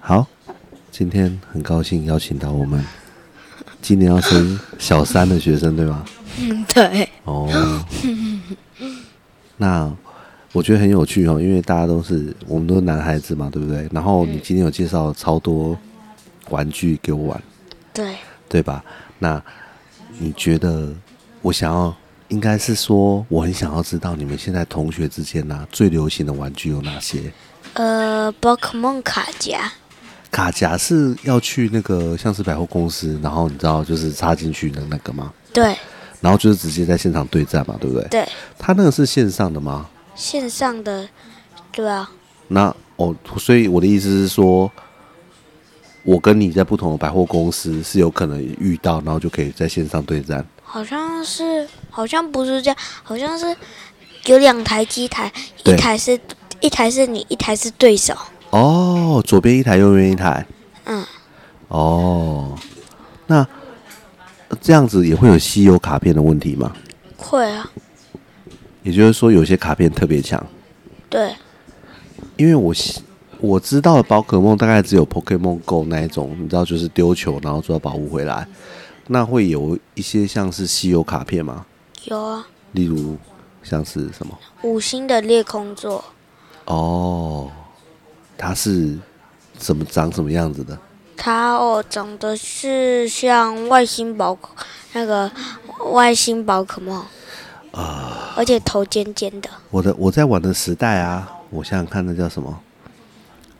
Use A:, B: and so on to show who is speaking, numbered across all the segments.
A: 好，今天很高兴邀请到我们今年要升小三的学生，对吗？
B: 嗯，对，
A: 哦，那我觉得很有趣哦，因为大家都是我们都是男孩子嘛，对不对？然后你今天有介绍超多玩具给我玩，
B: 对，
A: 对吧？那你觉得我想要，应该是说我很想要知道你们现在同学之间呢、最流行的玩具有哪些？
B: 呃，宝可梦卡夹，
A: 卡夹是要去那个像是百货公司，然后你知道就是插进去的那个吗？
B: 对
A: 然后就是直接在现场对战嘛，对不对？
B: 对，
A: 他那个是线上的吗？
B: 线上的，对啊，
A: 那哦，所以我的意思是说，我跟你在不同的百货公司是有可能遇到，然后就可以在线上对战。
B: 好像是，好像不是这样，好像是有两台机台，
A: 对
B: 一台是一台是你，一台是对手，
A: 哦，左边一台，右边一台。
B: 嗯，
A: 哦，那呃这样子也会有稀有卡片的问题吗？
B: 会啊，
A: 也就是说，有些卡片特别强，
B: 对，
A: 因为我喜我知道的宝可梦大概只有 Pokemon Go 那一种，你知道，就是丢球然后抓宝物回来，那会有一些像是稀有卡片吗？
B: 有啊，
A: 例如像是什么？
B: 五星的裂空座，
A: 哦，它是怎么长什么样子的？
B: 它哦长得是像外星宝可那个外星宝可梦，啊，而且头尖尖的，
A: 我的我在玩的时代啊，我想想看，那叫什么？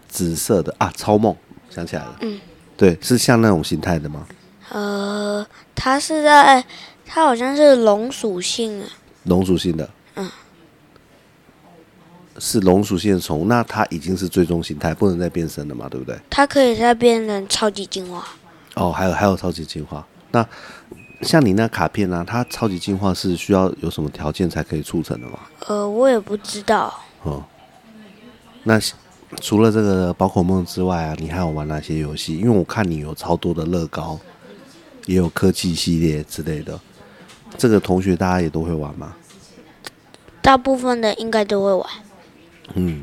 A: 紫色的啊，超梦，想起来了。
B: 嗯，
A: 对，是像那种形态的吗？
B: 呃，它是在，哎它好像是龙属性啊，
A: 龙属性的。
B: 嗯，
A: 是龙属性的宠物，那它已经是最终形态，不能再变身了嘛，对不对？
B: 它可以再变成超级进化，
A: 哦，还有还有超级进化。那像你那卡片啊，它超级进化是需要有什么条件才可以促成的吗？
B: 呃，我也不知道，
A: 哦，那是除了这个宝可梦之外啊，你还有玩哪些游戏？因为我看你有超多的乐高，也有科技系列之类的。这个同学大家也都会玩吗？
B: 大部分的应该都会玩，
A: 嗯，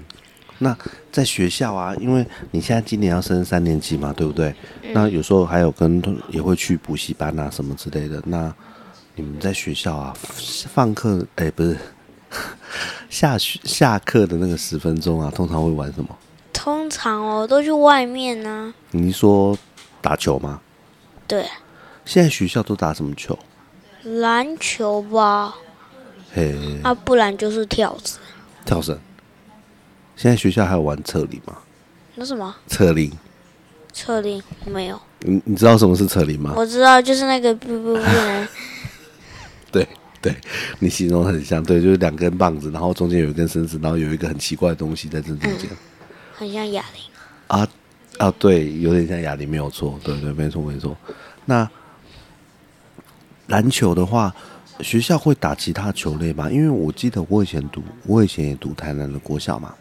A: 那在学校啊，因为你现在今年要升三年级嘛，对不对？那有时候还有跟同也会去补习班啊什么之类的。那你们在学校啊，放课哎、不是 下学下课的那个十分钟啊，通常会玩什么？
B: 通常哦都去外面呢、
A: 你是说打球吗？
B: 对，
A: 现在学校都打什么球？
B: 篮球吧，
A: 嘿，
B: 啊，不然就是跳绳，
A: 跳绳。现在学校还有玩扯铃吗？
B: 那什么
A: 扯铃，
B: 测定没有，
A: 你你知道什么是扯铃吗？
B: 我知道就是那个不不不能，
A: 对对，你形容得很像，对，就是两根棒子，然后中间有一根绳子，然后有一个很奇怪的东西在正中间。
B: 很像哑铃，
A: 啊啊，对，有点像哑铃，没有错，对对，没错没错。那篮球的话，学校会打其他球类吗？因为我记得我以前读，我以前也读台南的国小嘛，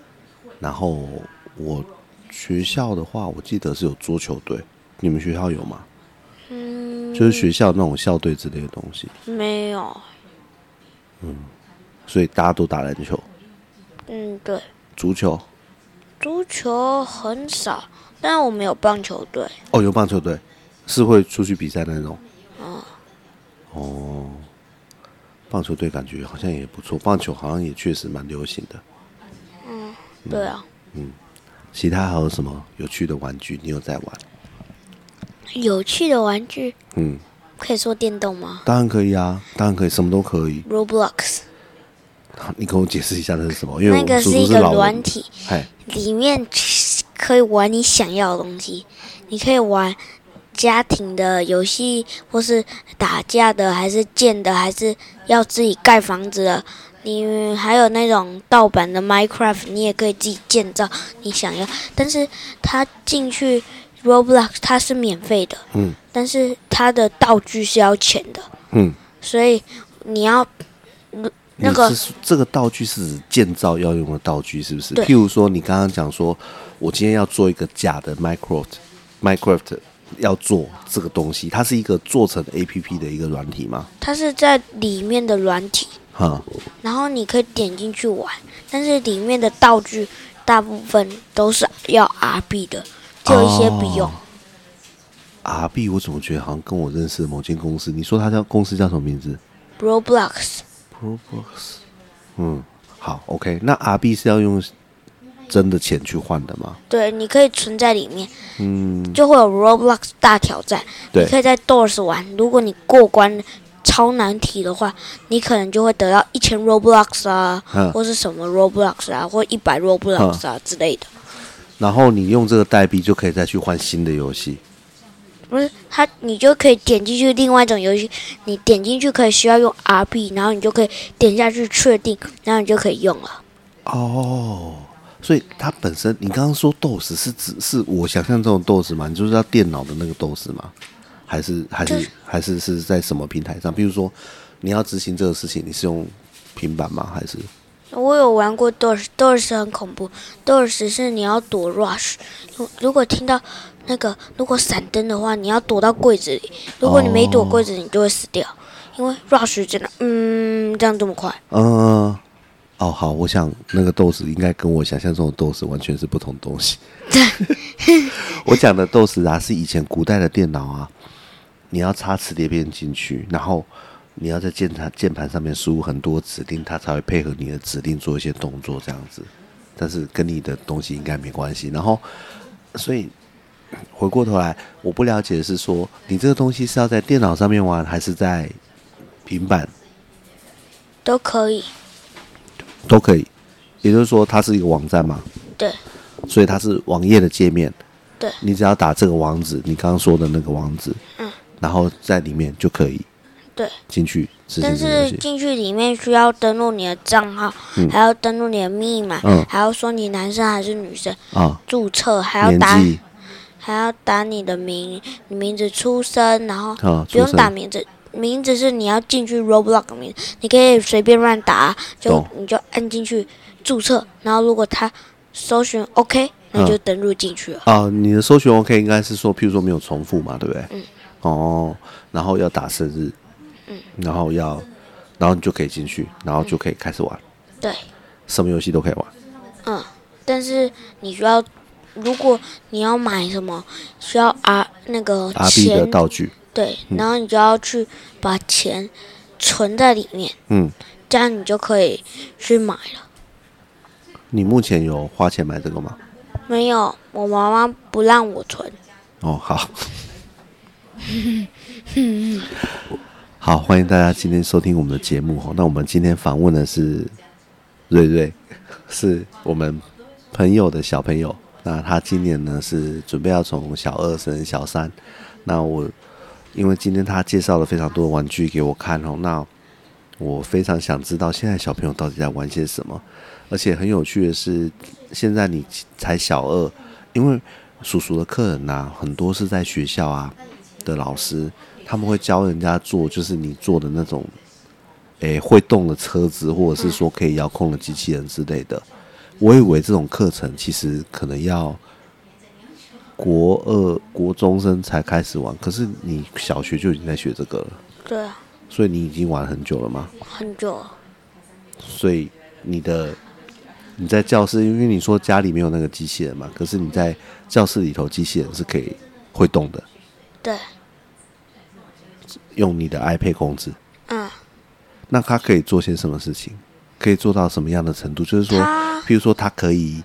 A: 然后我学校的话，我记得是有桌球队，你们学校有吗？
B: 嗯，
A: 就是学校那种校队之类的东西，
B: 没有，
A: 所以大家都打篮球、
B: 嗯，对，
A: 足球。
B: 足球很少，但我们有棒球队，
A: 哦，有棒球队，是会出去比赛的那种。哦，棒球队感觉好像也不错，棒球好像也确实蛮流行的。
B: 对啊。
A: 其他还有什么有趣的玩具？你有在玩？
B: 有趣的玩具，
A: 嗯，
B: 可以说电动吗
A: 当然可以啊，当然可以，什么都可以。
B: ？Roblox
A: 你跟我解释一下那是什么？因为
B: 那
A: 我
B: 个
A: 们
B: 是
A: 叔叔
B: 一
A: 是
B: 个
A: 老
B: 软
A: 人。
B: 体，
A: 哎，
B: 里面可以玩你想要的东西，你可以玩家庭的游戏，或是打架的，还是建的，还是要自己盖房子的。你还有那种盗版的 Minecraft，你也可以自己建造你想要，但是它进去 Roblox 它是免费的，
A: 嗯，
B: 但是它的道具是要钱的，
A: 嗯，
B: 所以你要
A: 你
B: 那个
A: 是说这个道具是指建造要用的道具，是不是？
B: 对
A: 譬如说，你刚刚讲说，我今天要做一个假的 Minecraft，Minecraft 要做这个东西，它是一个做成 APP 的一个软体吗？
B: 它是在里面的软体，
A: 哈，
B: 然后你可以点进去玩，但是里面的道具大部分都是要 RB 的，就有一些不
A: 哦
B: 用。
A: R 啊 B，我怎么觉得好像跟我认识的某间公司？你说它叫公司叫什么名字
B: Roblox
A: ？Probox。嗯，好，OK。那 R B 是要用真的钱去换的吗？
B: 对，你可以存在里面，
A: 嗯，
B: 就会有 Roblox 大挑战。
A: 对
B: 你可以在 Doors 玩，如果你过关超难题的话，你可能就会得到一千 Roblox 啊，
A: 嗯。
B: 或是什么 Roblox 啊，或一百 Roblox 啊之类的。
A: 然后你用这个代币就可以再去换新的游戏。
B: 不是，它你就可以点进去另外一种游戏，你点进去可以需要用 R B，然后你就可以点下去确定，然后你就可以用了。
A: 哦，所以它本身，你刚刚说 DOS 是指是我想象中的 DOS 吗？你就是要电脑的那个 DOS 吗？还是还
B: 就是
A: 还是是在什么平台上？比如说你要执行这个事情，你是用平板吗？还是
B: 我有玩过 Doors，Doors 很恐怖，Doors 是你要躲 Rush，如如果听到那个如果闪灯的话，你要躲到柜子里，如果你没躲
A: 哦
B: 柜子，你就会死掉，因为 Rush 真的，嗯，这样这么快。
A: 嗯？哦，好，我想那个 DOS 应该跟我想象中的 DOS 完全是不同东西。 我讲的 DOS 啊，是以前古代的电脑啊，你要插磁碟片进去，然后你要在键盘键盘上面输入很多指令，它才会配合你的指令做一些动作这样子。但是跟你的东西应该没关系。然后，所以回过头来，我不了解的是说，你这个东西是要在电脑上面玩，还是在平板
B: 都可以，
A: 都可以？也就是说，它是一个网站嘛，
B: 对
A: 所以它是网页的界面。
B: 对
A: 你只要打这个网址，你刚刚说的那个网址，
B: 嗯，
A: 然后在里面就可以
B: 对。
A: 进去执行
B: 但
A: 这个
B: 是
A: 游戏。
B: 进去里面需要登录你的账号，还要登录你的密码，
A: 嗯
B: 还要说你男生还是女生，
A: 啊，
B: 注册还要
A: 年
B: 打
A: 纪
B: 还要打你的名你名字出生，然后
A: 啊，
B: 不
A: 出
B: 用
A: 生
B: 打名字，名字是你要进去 Roblox 的名字，你可以随便乱打，就
A: 懂
B: 你就按进去注册，然后如果他搜寻 OK，那
A: 嗯
B: 就登录进去了。
A: 啊，你的搜寻 OK 应该是说，譬如说没有重复嘛，对不对？
B: 嗯。
A: 哦，然后要打生日，
B: 嗯，
A: 然后要，然后你就可以进去，然后就可以开始玩，
B: 对，
A: 什么游戏都可以玩。
B: 嗯，但是你需要，如果你要买什么，需要 R 那个
A: R B 的
B: 钱
A: 道具，
B: 对，
A: 嗯
B: 然后你就要去把钱存在里面，
A: 嗯，
B: 这样你就可以去买了。
A: 你目前有花钱买这个吗？
B: 没有，我妈妈不让我存。
A: 哦，好。 好，欢迎大家今天收听我们的节目哦。那我们今天访问的是瑞瑞，是我们朋友的小朋友。那他今年呢是准备要从小二升小三。那我因为今天他介绍了非常多的玩具给我看哦，那我非常想知道现在小朋友到底在玩些什么。而且很有趣的是，现在你才小二，因为叔叔的客人呐、很多是在学校啊的老师，他们会教人家做，就是你做的那种，诶、会动的车子，或者是说可以遥控的机器人之类的。我以为这种课程其实可能要国二、国中生才开始玩，可是你小学就已经在学这个了，
B: 对啊，
A: 所以你已经玩很久了吗？
B: 很久了
A: 所以你的你在教室，因为你说家里没有那个机器人嘛，可是你在教室里头机器人是可以会动的，
B: 对，
A: 用你的 iPad 控制。
B: 嗯，
A: 那它可以做些什么事情？可以做到什么样的程度？就是说，
B: 它
A: 譬如说它可以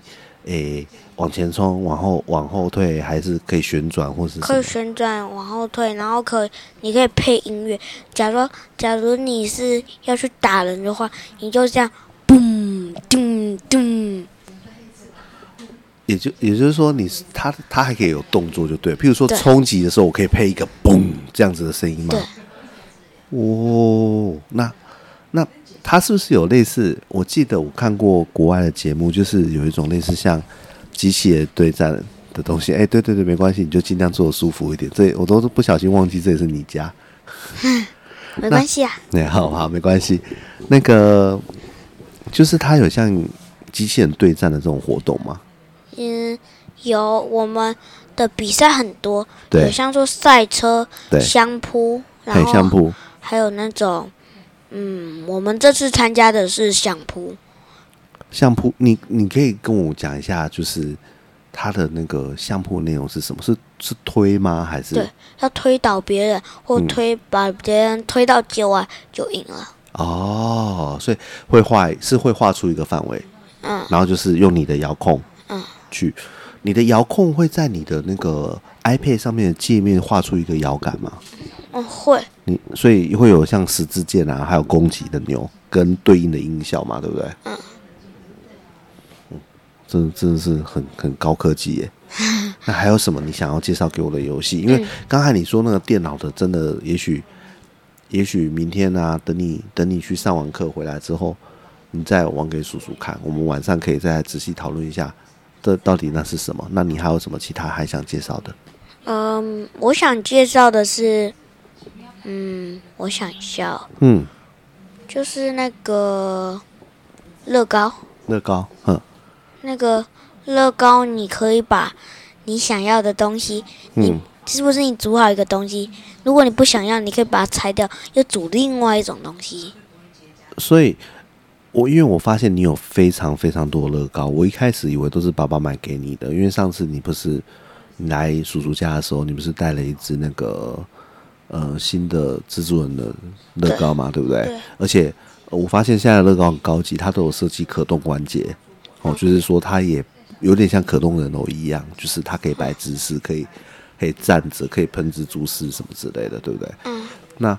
A: 诶、往前冲，往后往后退，还是可以旋转，或是什
B: 可
A: 么
B: 以？旋转往后退，然后可以你可以配音乐。假如假如你是要去打人的话，你就这样，嘣咚咚，
A: 也就也就是说你，是它它还可以有动作，就对。譬如说
B: 对
A: 冲击的时候，我可以配一个嘣这样子的声音吗？
B: 对，
A: 哦，那那它是不是有类似？我记得我看过国外的节目，就是有一种类似像机器人对战的东西。哎、对对对，没关系，你就尽量做的舒服一点。这我都是不小心忘记，这也是你家。
B: 没关系啊。
A: 那好好，没关系。那个就是它有像机器人对战的这种活动吗？
B: 嗯，有我们的比赛很多，
A: 对
B: 有像说赛车、
A: 对，
B: 相扑，然
A: 很
B: 后
A: 相扑
B: 还有那种，嗯，我们这次参加的是相扑，
A: 相扑，你你可以跟我讲一下，就是它的那个相扑内容是什么？是是推吗？还是
B: 对要推倒别人或推把别人推到界外就赢了。
A: 哦，所以会画是会画出一个范围，
B: 嗯，
A: 然后就是用你的遥控，
B: 嗯，
A: 去你的遥控会在你的那个 iPad 上面的界面画出一个摇杆吗？
B: 嗯，会，
A: 你所以会有像十字键啊，还有攻击的钮跟对应的音效嘛，对不对？嗯，真真的是很很高科技耶。那还有什么你想要介绍给我的游戏？因为刚才你说那个电脑的，真的也许也许明天啊，等你等你去上完课回来之后，你再玩给叔叔看，我们晚上可以再来仔细讨论一下。这到底那是什么？那你还有什么其他还想介绍的？
B: 嗯，我想介绍的是，嗯，我想一下哦，
A: 嗯，
B: 就是那个乐高，
A: 乐高，嗯，
B: 那个乐高，你可以把你想要的东西，你
A: 嗯
B: 是不是你组好一个东西？如果你不想要，你可以把它拆掉，又组另外一种东西。
A: 所以，我因为我发现你有非常非常多的乐高，我一开始以为都是爸爸买给你的，因为上次你不是你来叔叔家的时候，你不是带了一只那个呃新的蜘蛛人的乐高嘛，对不对？
B: 对
A: 而且呃我发现现在的乐高很高级，它都有设计可动关节，哦，就是说它也有点像可动人偶一样，就是它可以摆姿势，可以可以站着，可以喷蜘蛛丝什么之类的，对不对？
B: 嗯。
A: 那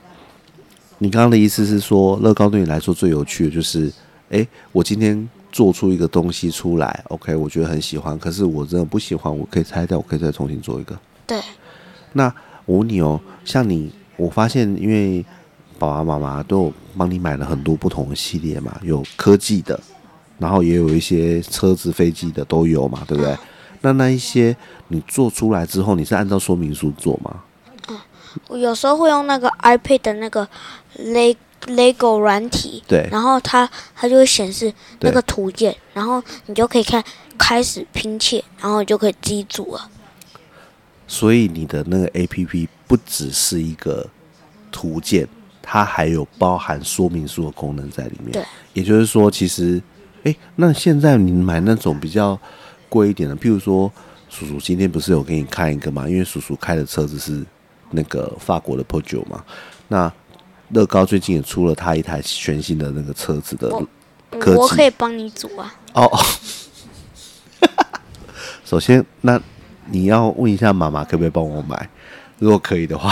A: 你刚刚的意思是说，乐高对你来说最有趣的就是，诶，我今天做出一个东西出来，OK，我觉得很喜欢，可是我真的不喜欢，我可以拆掉，我可以再重新做一个。
B: 对，
A: 那我问你哦，像你，我发现因为爸爸妈妈都有帮你买了很多不同的系列嘛，有科技的，然后也有一些车子、飞机的都有嘛，对不对？那那一些你做出来之后，你是按照说明书做吗？
B: 我有时候会用那个 iPad 的那个 Le Lego 软体，
A: 对
B: 然后它它就会显示
A: 对
B: 那个图鉴，然后你就可以看开始拼切，然后你就可以自己组了。
A: 所以你的那个 A P P 不只是一个图鉴，它还有包含说明书的功能在里面。
B: 对，
A: 也就是说，其实，诶，那现在你买那种比较贵一点的，譬如说，叔叔今天不是有给你看一个嘛？因为叔叔开的车子是那个法国的 p o g o 嘛，那乐高最近也出了他一台全新的那个车子的
B: 我
A: 科技
B: 我可以帮你组啊，
A: 哦哦。 首先，那你要问一下妈妈可不可以帮我买，如果可以的话，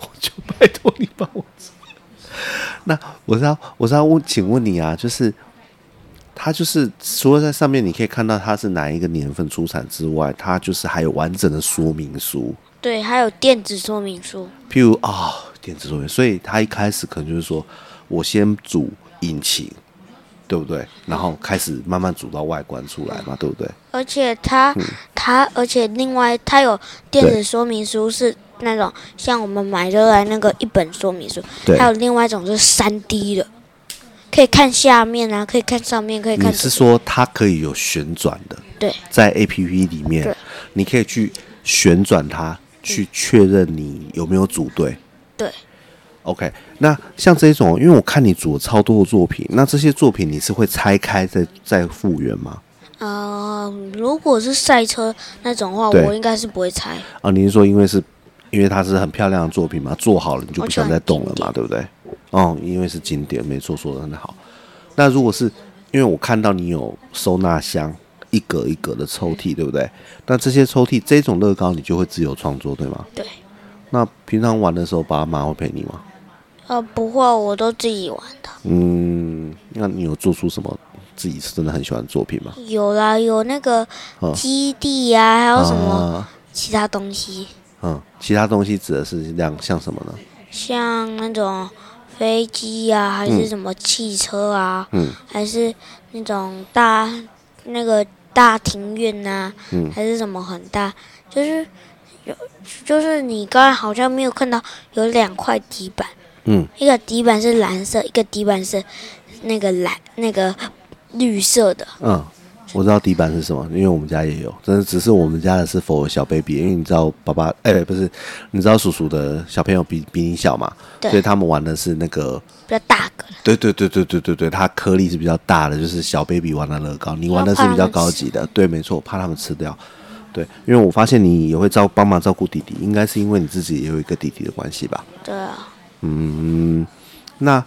A: 我就拜托你帮我做。那我是要我是要问，请问你啊，就是它就是除了在上面你可以看到它是哪一个年份出产之外，它就是还有完整的说明书，
B: 对，还有电子说明书，
A: 譬如啊、电子作业，所以它一开始可能就是说我先组引擎，对不对？然后开始慢慢组到外观出来嘛，对不对？
B: 而且它、
A: 嗯
B: 它，而且另外它有电
A: 对
B: 子说明书是那种像我们买的来那个一本说明书，
A: 对
B: 还有另外一种是三 D 的，可以看下面啊，可以看上面，可以看
A: 你
B: 这
A: 是
B: 个
A: 说它可以有旋转的，
B: 对
A: 在 A P P 里面
B: 对，
A: 你可以去旋转它，去确认你有没有组队。
B: 对
A: OK，那像这种，因为我看你组了超多的作品，那这些作品你是会拆开再再复原吗？
B: 呃，如果是赛车那种的话，
A: 对
B: 我应该是不会猜。
A: 啊，你是说因为是，因为它是很漂亮的作品嘛，做好了你就不
B: 而且
A: 想
B: 很
A: 再动了
B: 经
A: 嘛，
B: 典
A: 对不对？哦，因为是经典，没错，说的很好。那如果是因为我看到你有收纳箱，一格一格的抽屉，对不对？那这些抽屉这种乐高你就会自由创作，对吗？
B: 对，
A: 那平常玩的时候，爸妈会陪你吗？
B: 呃，不会，我都自己玩的。
A: 嗯，那你有做出什么自己是真的很喜欢的作品吗？
B: 有啦，有那个
A: 嗯
B: 基地呀、还哦有什么
A: 啊？
B: 其他东西，
A: 嗯，其他东西指的是像像什么呢？
B: 像那种飞机呀、还是什么汽车啊，
A: 嗯
B: 还是那种大那个大庭院呐、
A: 嗯
B: 还是什么很大，就是有就是你刚才好像没有看到有两块底板。
A: 嗯，
B: 一个底板是蓝色，一个底板是那个蓝那个绿色的。
A: 嗯，我知道底板是什么，因为我们家也有，但是只是我们家的是否小 baby，因为你知道爸爸，哎、不是，你知道叔叔的小朋友比比你小嘛，
B: 对
A: 所以他们玩的是那个，
B: 比较大个的，
A: 对对对对对对对，它颗粒是比较大的，就是小 baby 玩的乐高，你玩的是比较高级的，对，没错，怕他们吃掉。对，因为我发现你也会照帮忙照顾弟弟，应该是因为你自己也有一个弟弟的关系吧？
B: 对啊，
A: 嗯，那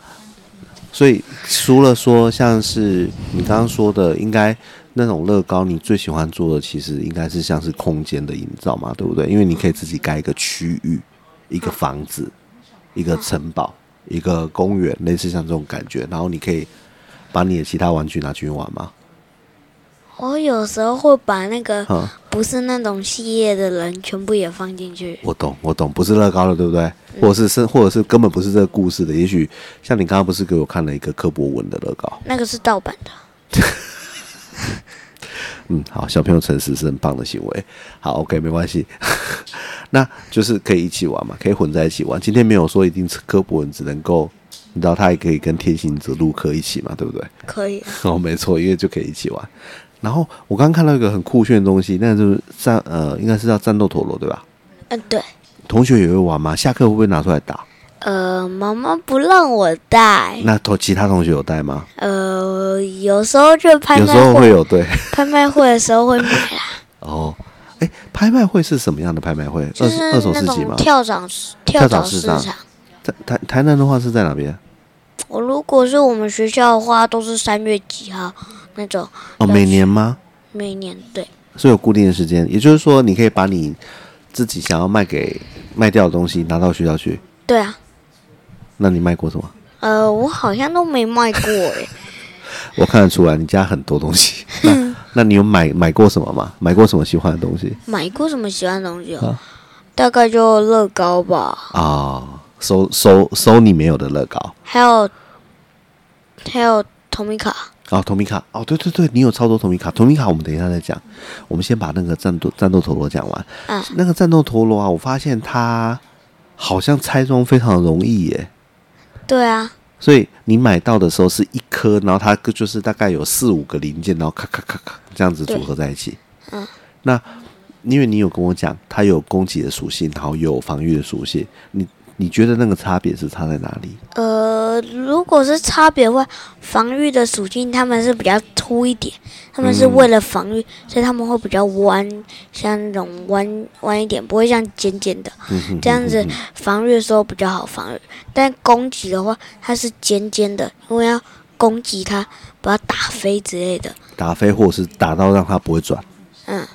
A: 所以除了说像是你刚刚说的，应该那种乐高，你最喜欢做的其实应该是像是空间的营造嘛，对不对？因为你可以自己盖一个区域、一个房子、一个城堡、一个公园，类似像这种感觉，然后你可以把你的其他玩具拿去玩嘛。
B: 我有时候会把那个
A: 嗯，
B: 不是那种系列的人全部也放进去。
A: 我懂，我懂，不是乐高的，对不对？或者是是，或者是根本不是这个故事的。也许像你刚刚不是给我看了一个柯博文的乐高，
B: 那个是盗版的，
A: 嗯，好，小朋友诚实是很棒的行为。好，OK，没关系， 那就是可以一起玩嘛，可以混在一起玩。今天没有说一定是科博文只能够，你知道他也可以跟天行者陆科一起嘛，对不对？
B: 可以啊。
A: 哦，没错，因为就可以一起玩。然后我刚刚看到一个很酷炫的东西，那就是战呃，应该是叫战斗陀螺对吧？
B: 嗯，对，
A: 同学也会玩吗？下课会不会拿出来打？
B: 呃，妈妈不让我带，
A: 那同其他同学有带吗？
B: 呃，有时候去拍
A: 有时
B: 卖
A: 候会
B: 会，
A: 有对。
B: 拍卖会的时候会买啦，
A: 哦，哎，拍卖会是什么样的拍卖会？
B: 就
A: 二手
B: 是
A: 二手
B: 那
A: 市集
B: 种
A: 吗？
B: 跳蚤市跳
A: 蚤
B: 蚤
A: 市
B: 市
A: 场
B: 场。
A: 在台台南的话是在哪边？
B: 我如果是我们学校的话，都是三月几号那种，
A: 哦，
B: 要
A: 每
B: 去
A: 年吗？
B: 每年对，
A: 是有固定的时间，也就是说，你可以把你自己想要卖给卖掉的东西拿到学校去。
B: 对啊，
A: 那你卖过什么？
B: 呃，我好像都没卖过诶、
A: 我看得出来，你家很多东西。
B: 嗯
A: 那那你有买买过什么吗？买过什么喜欢的东西
B: 买过什么喜欢的东西哦？
A: 啊
B: 大概就乐高吧，
A: 啊、收收收你没有的乐高
B: 还有还有透明卡，
A: 哦，同米卡哦，对对对，你有超多同米卡。同米卡我们等一下再讲，我们先把那个战斗战斗陀螺讲完。
B: 嗯
A: 那个战斗陀螺啊，我发现它好像拆装非常容易耶。
B: 对啊，
A: 所以你买到的时候是一颗，然后它就是大概有四五个零件，然后咔咔咔咔这样子组合在一起。
B: 嗯，
A: 那因为你有跟我讲，它有攻击的属性，然后有防御的属性，你你觉得那个差别是差在哪里？
B: 呃，如果是差别的话，防御的属性他们是比较凸一点，他们是
A: 嗯
B: 为了防御，所以他们会比较弯，像那种弯弯一点，不会像尖尖的。
A: 嗯哼
B: 这样子防御的时候比较好防御，但攻击的话，它是尖尖的，因为要攻击它，把它打飞之类的。
A: 打飞或者是打到让它不会转。
B: 嗯，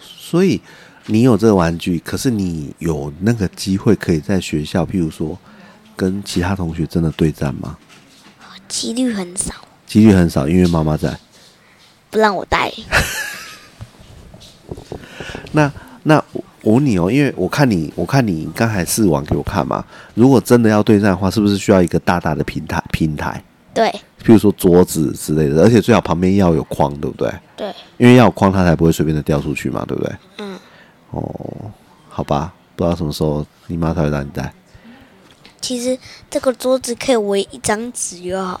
A: 所以你有这个玩具，可是你有那个机会可以在学校，譬如说跟其他同学真的对战吗？
B: 几率很少，
A: 几率很少，因为妈妈在。
B: 不让我 带。
A: 那那我我问你哦，因为我看你，我看你刚才试玩给我看嘛。如果真的要对战的话，是不是需要一个大大的平台平台？
B: 对
A: 譬如说桌子之类的，而且最好旁边要有框，对不对？
B: 对，
A: 因为要有框，它才不会随便的掉出去嘛，对不对？
B: 嗯，
A: 哦，好吧，不知道什么时候你妈才会让你带。
B: 其实这个桌子可以围一张纸就好了。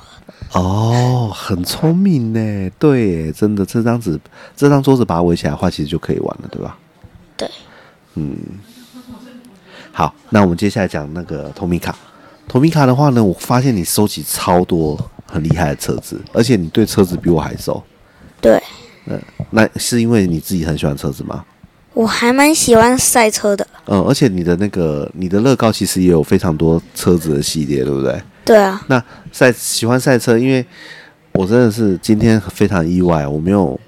A: 哦，很聪明呢，对耶，真的，这张纸，这张桌子把它围起来的话，其实就可以玩了，对吧？
B: 对，
A: 好，那我们接下来讲那个透明卡。透明卡的话呢，我发现你收集超多很厉害的车子，而且你对车子比我还熟。
B: 对
A: 那是因为你自己很喜欢车子吗？
B: 我还蛮喜欢赛车的。
A: 嗯，而且你的那个你的乐高其实也有非常多车子的系列，对不对？
B: 对啊，
A: 那赛喜欢赛车，因为我真的是今天非常意外，我没有，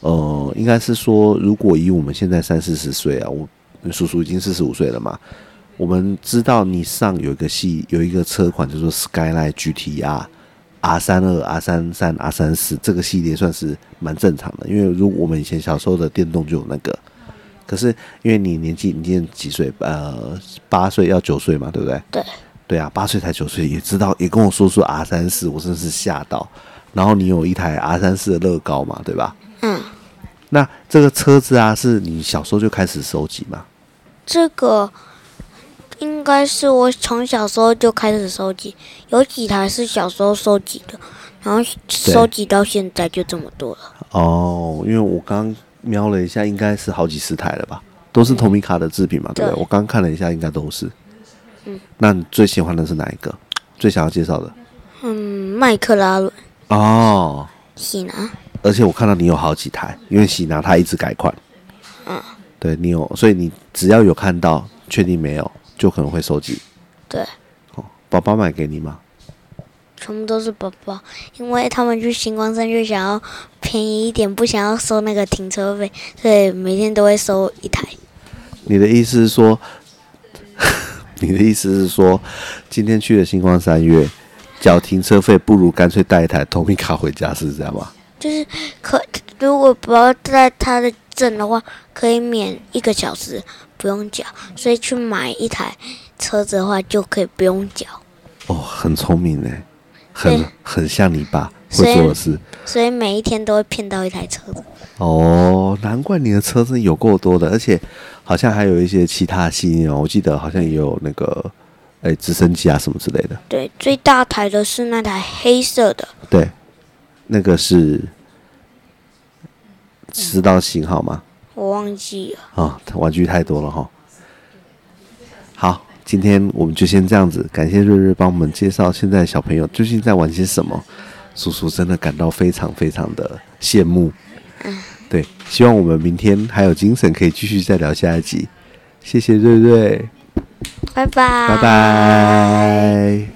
A: 呃，应该是说，如果以我们现在三四十岁啊，我叔叔已经四十五岁了嘛，我们知道你上有一个系有一个车款叫做 Skyline GTR。R 三二、R 三三、R 三四这个系列算是蛮正常的，因为如我们以前小时候的电动就有那个，可是因为你年纪你今年几岁？呃，八岁要九岁嘛，对不对？
B: 对
A: 对啊，八岁才九岁，也知道也跟我说说 R 三四，我真是吓到。然后你有一台 R 三四的乐高嘛，对吧？
B: 嗯，
A: 那这个车子啊，是你小时候就开始收集嘛？
B: 这个应该是我从小时候就开始收集，有几台是小时候收集的，然后收集到现在就这么多了。
A: 哦，因为我刚瞄了一下，应该是好几十台了吧，都是同米卡的制品嘛，对不对？
B: 对
A: 我刚看了一下，应该都是。嗯，那你最喜欢的是哪一个？最想要介绍的？
B: 嗯，麦克拉伦，
A: 哦，
B: 行啊，
A: 而且我看到你有好几台，因为喜拿它一直改款。
B: 嗯，
A: 对你有，所以你只要有看到，确定没有，就可能会收集。
B: 对，
A: 哦，宝宝买给你吗？
B: 全部都是宝宝，因为他们去星光山就想要便宜一点，不想要收那个停车费，所以每天都会收一台。
A: 你的意思是说， 你的意思是说，今天去了星光三月，缴停车费不如干脆带一台 t o m 卡回家，是这样吗？
B: 就是可如果不要带他的证的话，可以免一个小时，不用缴。所以去买一台车子的话，就可以不用缴。
A: 哦，很聪明哎，很
B: 对
A: 很像你爸
B: 所
A: 会
B: 以
A: 做的事。
B: 所以每一天都会骗到一台车子。
A: 哦，难怪你的车真的有够多的，而且好像还有一些其他系列哦，我记得好像也有那个，哎，直升机啊什么之类的。
B: 对，最大台的是那台黑色的，
A: 对，那个是知道型号吗？
B: 我忘记了。
A: 啊、玩具太多了哈。好，今天我们就先这样子，感谢瑞瑞帮我们介绍现在小朋友究竟在玩些什么，叔叔真的感到非常非常的羡慕。对，希望我们明天还有精神可以继续再聊下一集。谢谢瑞瑞，
B: 拜拜，
A: 拜。拜